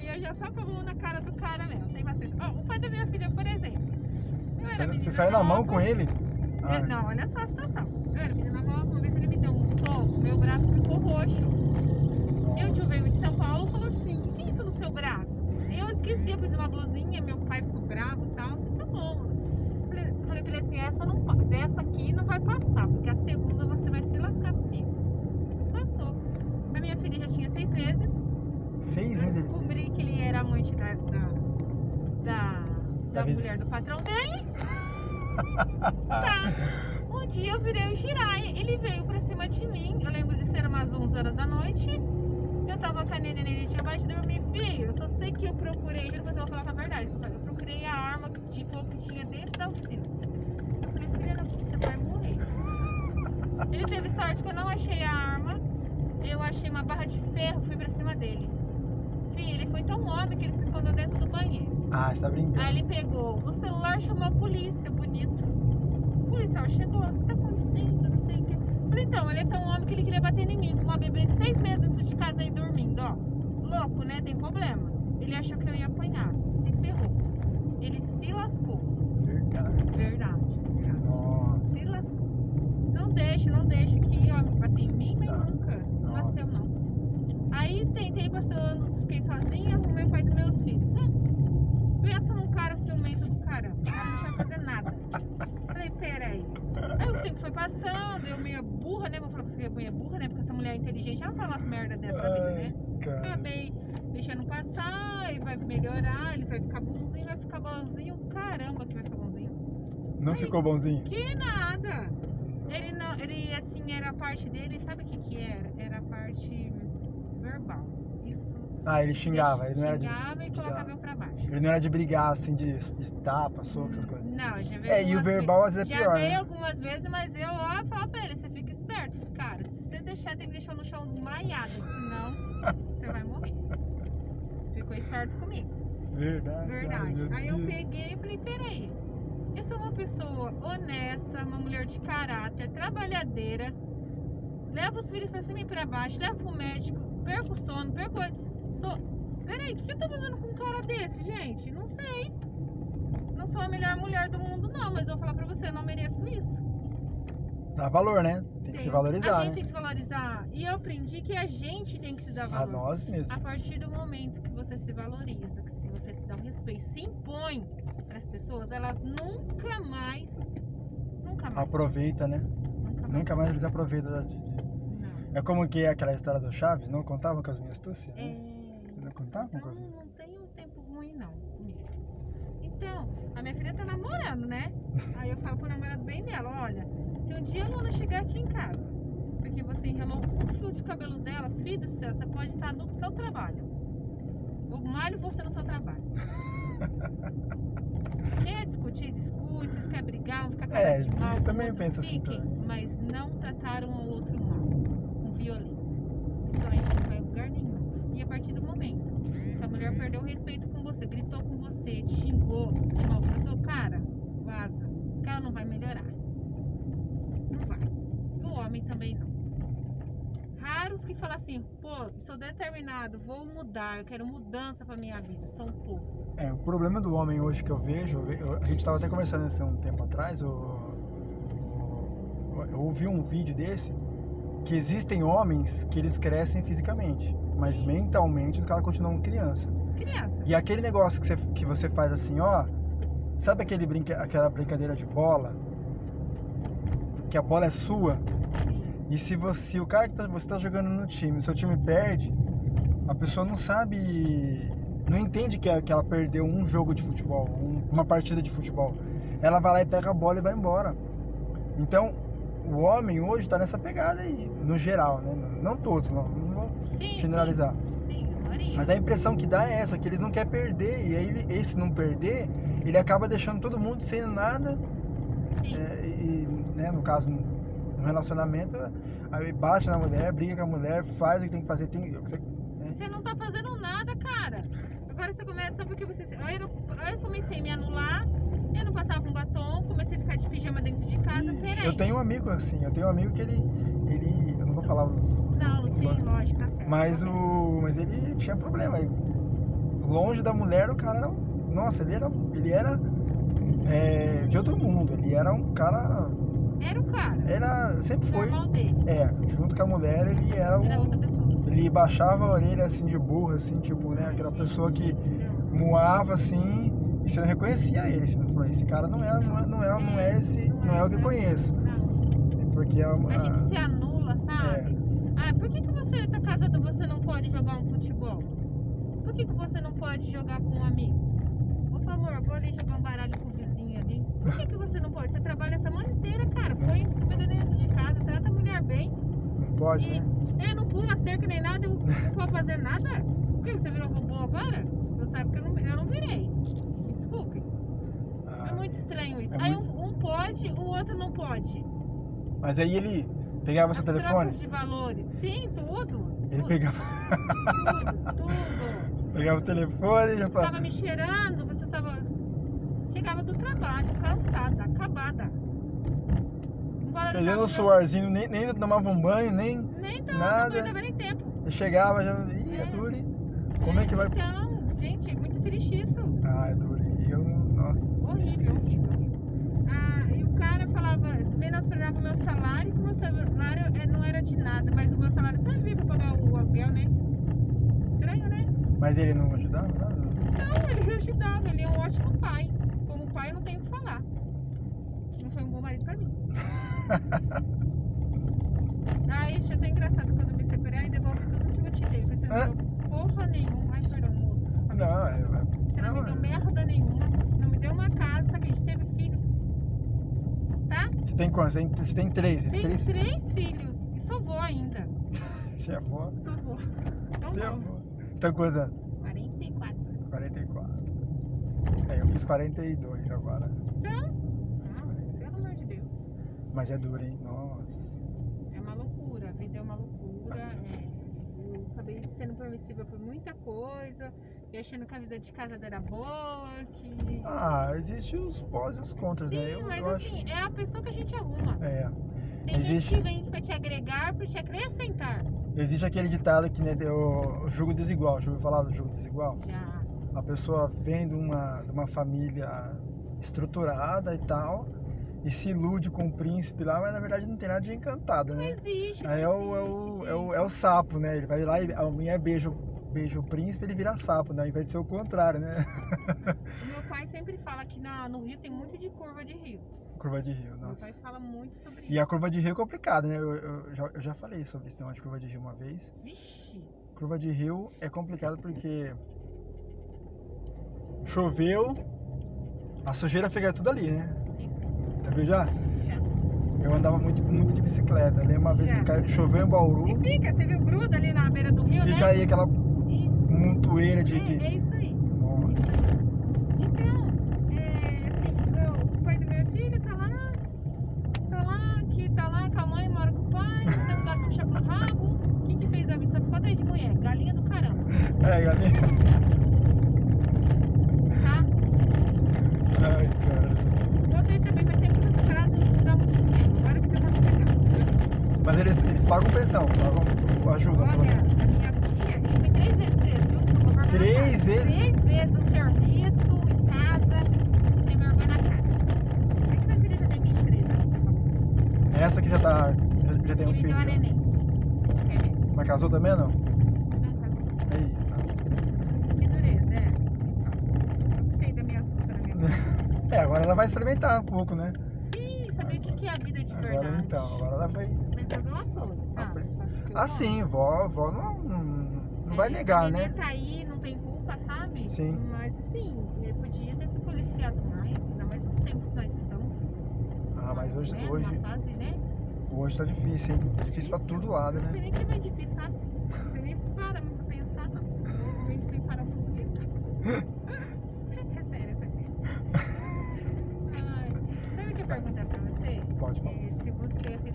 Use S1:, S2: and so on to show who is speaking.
S1: eu já só como na cara do cara mesmo, tem paciência. Ó, o pai da minha filha, por exemplo. eu era
S2: Você,
S1: menina
S2: você saiu na mão
S1: nova,
S2: com ele?
S1: eu-
S2: Ah,
S1: não, olha só a situação. Eu era menina nova, uma vez ele me deu um soco, meu braço ficou roxo. E um tio veio de São Paulo e falou assim: o que é isso no seu braço? Eu esqueci, eu fiz uma blusinha, meu pai ficou bravo e tal. Falei, tá bom. Falei, falei pra ele assim: essa não, pa- dessa aqui não vai passar, porque a segunda você vai se lascar comigo. Passou. A minha filha já tinha seis meses.
S2: seis
S1: Eu
S2: meses.
S1: descobri que ele era amante da, da, da, da
S2: vizinha.
S1: mulher do patrão dele.
S2: Ah.
S1: Tá. Um dia eu virei o Jirai, ele veio pra cima de mim. Eu lembro de ser umas 11 horas da noite. Eu tava com a neném, ele tinha mais de dormir. Filho, eu só sei que eu procurei, juro que você vai falar com a verdade. cara. Eu procurei a arma de fogo que tinha dentro da oficina. Eu falei, filha da puta, você vai morrer. Ele teve sorte que eu não achei a arma. Eu achei uma barra de ferro, fui pra cima dele. Filho, ele foi tão homem que ele se escondeu dentro do banheiro.
S2: Ah, você tá brincando.
S1: Aí ele pegou o celular, chamou a polícia, bonito. O policial chegou, o que tá acontecendo? Não sei o que. Falei, então, ele é tão homem que ele queria bater em mim. com Uma bebê de seis meses dentro de casa aí dormindo, ó. Louco, né? Tem problema. Ele achou que eu ia apanhar. Se ferrou. Ele se lascou.
S2: Verdade.
S1: Verdade. verdade.
S2: Nossa.
S1: Se lascou. Não deixe, não deixe que homem bater em mim, mas
S2: Tá.
S1: nunca. Não
S2: Nossa.
S1: nasceu não. Aí tentei passar anos, fiquei sozinha, arrumei o pai dos meus filhos. Hum, pensa num cara ciumento do caramba, não vai deixar fazer nada. Falei, peraí. Aí o tempo foi passando, eu meio burra, né? Vou falar que você é meio burra, né? Porque essa mulher é inteligente, ela fala umas merda dessa na vida, né?
S2: Ai, cara.
S1: Acabei deixando passar, e vai melhorar, ele vai ficar bonzinho, vai ficar bonzinho. Caramba, que vai ficar bonzinho.
S2: Não ficou bonzinho?
S1: Que nada! Ele não, ele assim era a parte dele, sabe o que que era? Era a parte verbal. Isso.
S2: Ah, ele xingava. Ele não era de,
S1: xingava e
S2: de
S1: colocava
S2: dar-
S1: eu pra baixo.
S2: ele não era de brigar, assim, de, de tapa, soco,
S1: Hum.
S2: essas coisas.
S1: Não, já veio
S2: É, e o
S1: algumas
S2: verbal às
S1: ve-
S2: vezes é
S1: já
S2: pior,
S1: veio
S2: né?
S1: algumas vezes, mas eu ó, falar pra ele, você fica esperto, cara. Se você deixar, tem que deixar no chão maiado, senão você vai morrer. Ficou esperto comigo.
S2: Verdade. ai,
S1: Verdade.
S2: meu
S1: Aí eu
S2: Deus.
S1: peguei e falei, peraí, eu sou uma pessoa honesta, uma mulher de caráter, trabalhadeira, levo os filhos pra cima e pra baixo, levo pro médico, perco o sono, perco. o- Sou... Peraí, o que que eu tô fazendo com um cara desse, gente? Não sei. Não sou a melhor mulher do mundo, não, mas eu vou falar pra você, eu não mereço isso.
S2: Dá valor, né? Tem que se valorizar,
S1: A gente
S2: né?
S1: tem que se valorizar. E eu aprendi que a gente tem que se dar
S2: A
S1: valor.
S2: nós mesmos.
S1: A partir do momento que você se valoriza, que se você se dá um respeito, se impõe para as pessoas, elas nunca mais, nunca mais,
S2: Aproveita, né?
S1: nunca mais,
S2: Nunca mais eles aproveitam. da- de- de-
S1: Não.
S2: É como que é aquela história do Chaves, não contavam com as minhas astúcias?
S1: É,
S2: né? Não contavam com
S1: então,
S2: as minhas
S1: não tem um tempo ruim não, comigo. Então, a minha filha tá namorando, né? Aí eu falo pro namorado bem dela, olha, se um dia a Luna chegar aqui em casa, porque você enrolou um fio de cabelo dela, filho do céu, você pode estar no seu trabalho. Eu malho você no seu trabalho. Quer discutir, discute. Vocês querem brigar, vão ficar com a cara
S2: É,
S1: de mal.
S2: eu
S1: com o
S2: também
S1: outro,
S2: penso assim
S1: fiquem,
S2: também.
S1: Mas não tratar um ao outro mal, com violência. Isso aí não vai em lugar nenhum. E a partir do momento que a mulher perdeu o respeito com você, gritou com você, te xingou, te maltratou, cara, vaza. Porque ela não vai melhorar. Não vai. O homem também não. Raros que falam assim, pô, sou determinado, vou mudar, eu quero mudança pra minha vida. São poucos.
S2: É, o problema do homem hoje que eu vejo, eu ve- eu- a gente estava até conversando isso um tempo atrás, o- o- eu, ouvi um vídeo desse, que existem homens que eles crescem fisicamente, mas
S1: Sim.
S2: mentalmente os caras continuam criança.
S1: Criança.
S2: E aquele negócio que você, que você faz assim, ó, sabe aquele brinca, aquela brincadeira de bola? Que a bola é sua, e se você, se o cara que tá- você tá jogando no time, seu time perde, a pessoa não sabe, não entende que, é- que ela perdeu um jogo de futebol, um- uma partida de futebol. Ela vai lá e pega a bola e vai embora. Então, o homem hoje tá nessa pegada aí, no geral, né? Não todos, não, não vou
S1: Sim,
S2: generalizar.
S1: sim, sim, a maioria.
S2: Mas a impressão que dá é essa, que eles não querem perder, e aí ele- esse não perder, ele acaba deixando todo mundo sem nada
S1: Sim.
S2: é, e, né, no caso, no relacionamento, aí bate na mulher, briga com a mulher, faz o que tem que fazer. Tem, é.
S1: Você não tá fazendo nada, cara. Agora você começa, sabe porque você. se- Aí eu, aí eu comecei a me anular, eu não passava um batom, comecei a ficar de pijama dentro de casa. Peraí.
S2: eu tenho um amigo assim, eu tenho um amigo que ele. ele eu não vou falar os. os
S1: Não, sim, lógico, tá certo.
S2: mas
S1: Tá
S2: o. Mas ele tinha problema. ele- longe da mulher, o cara era. um- Nossa, ele era. Ele era é, de outro mundo. Ele era um cara.
S1: Era o cara.
S2: Era. Sempre
S1: O
S2: É, foi.
S1: normal dele.
S2: É, junto com a mulher ele era
S1: Era
S2: um.
S1: outra pessoa.
S2: Ele baixava a orelha assim de burro, assim, tipo, né? Aquela pessoa que
S1: Não.
S2: moava assim e você não reconhecia ele. Você não falou, esse cara não é, não é, não é, não é esse. Não é o que eu conheço.
S1: Não.
S2: Porque é a.
S1: A gente
S2: a
S1: se anula, sabe?
S2: É.
S1: Ah, por que, que você tá casado você não pode jogar um futebol? Por que, que você não pode jogar com um amigo? Por favor, vou ali jogar um baralho com o vizinho ali. Por que, que você não pode? Você trabalha essa semana inteira, cara. Põe comida dentro de casa, trata a mulher bem.
S2: não pode,
S1: e
S2: né?
S1: é, não pula cerca nem nada, eu não vou fazer nada. Por que você virou robô agora? Você sabe que eu não, eu não virei. Me desculpe. É
S2: Ah,
S1: muito estranho isso.
S2: É
S1: Aí Um, um pode, o outro não pode.
S2: Mas aí ele pegava
S1: As
S2: seu
S1: trocas
S2: telefone,
S1: É um de valores. Sim, tudo.
S2: ele
S1: tudo.
S2: pegava.
S1: Tudo, tudo.
S2: Pegava o telefone e já
S1: Você tava
S2: falava.
S1: me cheirando, você estava. Chegava do trabalho, cansada, acabada. Não valorizava
S2: Perdendo o
S1: meu-
S2: um suorzinho, nem, nem tomava um banho, nem
S1: Nem tava,
S2: nada.
S1: não dava nem tempo.
S2: chegava, já. Ih, é
S1: É.
S2: dure. Como é que vai.
S1: Então, gente, muito triste isso.
S2: Ah, é dure. E eu, nossa.
S1: Horrível, horrível, horrível. Ah, e o cara falava, menosprezava o meu salário, que o meu salário é- não era de nada, mas o meu salário servia pra pagar o aluguel, né? Estranho, né?
S2: Mas ele não ajudava nada?
S1: Não, ele me ajudava, ele é um ótimo pai. Como pai, eu não tenho o que falar. Não foi um bom marido pra mim. Aí, achei até é engraçado quando eu me separei, e devolvi tudo que eu te dei. Você
S2: Hã?
S1: não me deu porra nenhuma. Ai, perdão, moço.
S2: não, é.
S1: Você não, me deu
S2: Não, é.
S1: merda nenhuma. Não me deu uma casa, sabe? A gente teve filhos. Tá?
S2: Você tem quantos? Você tem- Você tem três?
S1: Tem
S2: Três?
S1: três, filhos. E sou vó ainda.
S2: Você é avó?
S1: Sou vó. Então,
S2: Você é
S1: vó.
S2: avó. Você tá com quantos anos?
S1: 44.
S2: 44. É, eu fiz 42 agora.
S1: Então,
S2: Fiz
S1: ah,
S2: 42.
S1: pelo amor de Deus.
S2: Mas é duro, hein? Nossa.
S1: É uma loucura, a vida é uma loucura.
S2: Ah.
S1: é. Eu acabei sendo permissiva por muita coisa, e achando que a vida de casada era boa, que.
S2: Ah, existem os pós e os contras, né?
S1: Sim,
S2: Eu,
S1: mas
S2: eu
S1: assim, é a pessoa que a gente arruma.
S2: acho. É.
S1: Tem gente
S2: existe-
S1: que vem pra te agregar, pra te acrescentar.
S2: Existe aquele ditado que né, deu o jogo desigual. Já ouviu falar do jogo desigual?
S1: Já.
S2: A pessoa vem de uma, de uma família estruturada e tal, e se ilude com o príncipe lá, mas na verdade não tem nada de encantado,
S1: Não
S2: né?
S1: existe. não
S2: Aí é o, é,
S1: existe,
S2: o, é, o,
S1: gente.
S2: é o sapo, né? Ele vai lá e a mulher beija, o- beija o príncipe, ele vira sapo, né? Ao invés de ser o contrário, né?
S1: O Meu pai sempre fala que na, no Rio tem muito de curva de rio.
S2: curva de rio,
S1: Meu pai
S2: nossa.
S1: fala muito sobre
S2: E
S1: isso.
S2: a curva de rio é complicada, né? Eu, eu, já, eu já falei sobre esse tema de curva de rio uma vez.
S1: Vixe!
S2: Curva de rio é complicado porque choveu, a sujeira fica tudo ali, né? Já viu já?
S1: Já.
S2: Eu andava muito, muito de bicicleta. Lembro uma vez que
S1: Já.
S2: cai- choveu em
S1: E
S2: Bauru,
S1: fica, você viu gruda ali na beira do rio,
S2: fica
S1: né?
S2: aí aquela
S1: Isso.
S2: montoeira de. de-
S1: É, é isso aí.
S2: Nossa.
S1: Então, é, assim, o- o pai do meu filho tá lá, tá lá, que tá lá com a mãe, mora com o pai, tá lá com o chapéu no rabo. Quem que fez a vida? Só ficou atrás de mulher, galinha do caramba,
S2: É, galera.
S1: tá?
S2: Ai, cara.
S1: Voltei também, mas sempre frustrado, não dá muito sossego. Agora que eu tava sossegado.
S2: Mas eles, eles pagam pensão, pagam ajuda.
S1: Olha, a
S2: pelo
S1: minha
S2: menos.
S1: filha, eu fui três vezes preso, viu? Tô com vergonha na
S2: Três
S1: cara.
S2: vezes?
S1: Três vezes no serviço, em casa, tem vergonha na cara. É que minha filha já tem 23 anos, tá passou.
S2: Essa que já tá. Já, já tem um
S1: Ele
S2: filho.
S1: deu a neném. tá Quer ver?
S2: Mas casou também não?
S1: Não casou.
S2: Eita.
S1: Que dureza, é. Então, eu sei das minhas lutas na minha vida.
S2: É, agora ela vai experimentar um pouco, né?
S1: Sim, saber o que que é a vida de
S2: Agora
S1: verdade.
S2: então, agora ela vai.
S1: Mas eu dou a flor, sabe?
S2: Apre-
S1: Faço o que eu
S2: Ah,
S1: gosto.
S2: sim, vó, vó não, não, não vai
S1: É,
S2: negar,
S1: a
S2: né?
S1: neném tá aí, não tem culpa, sabe?
S2: Sim.
S1: Mas assim, eu podia ter se policiado mais, ainda mais nos tempos que nós estamos.
S2: Ah, mas hoje,
S1: né?
S2: hoje,
S1: Numa fase, né?
S2: hoje tá difícil, hein? Tá difícil pra todo lado,
S1: Não
S2: né?
S1: sei nem que é mais Tipo, difícil, sabe? Não sei nem para pra pensar, não. Eu entro em parafuso mesmo. É É, assim,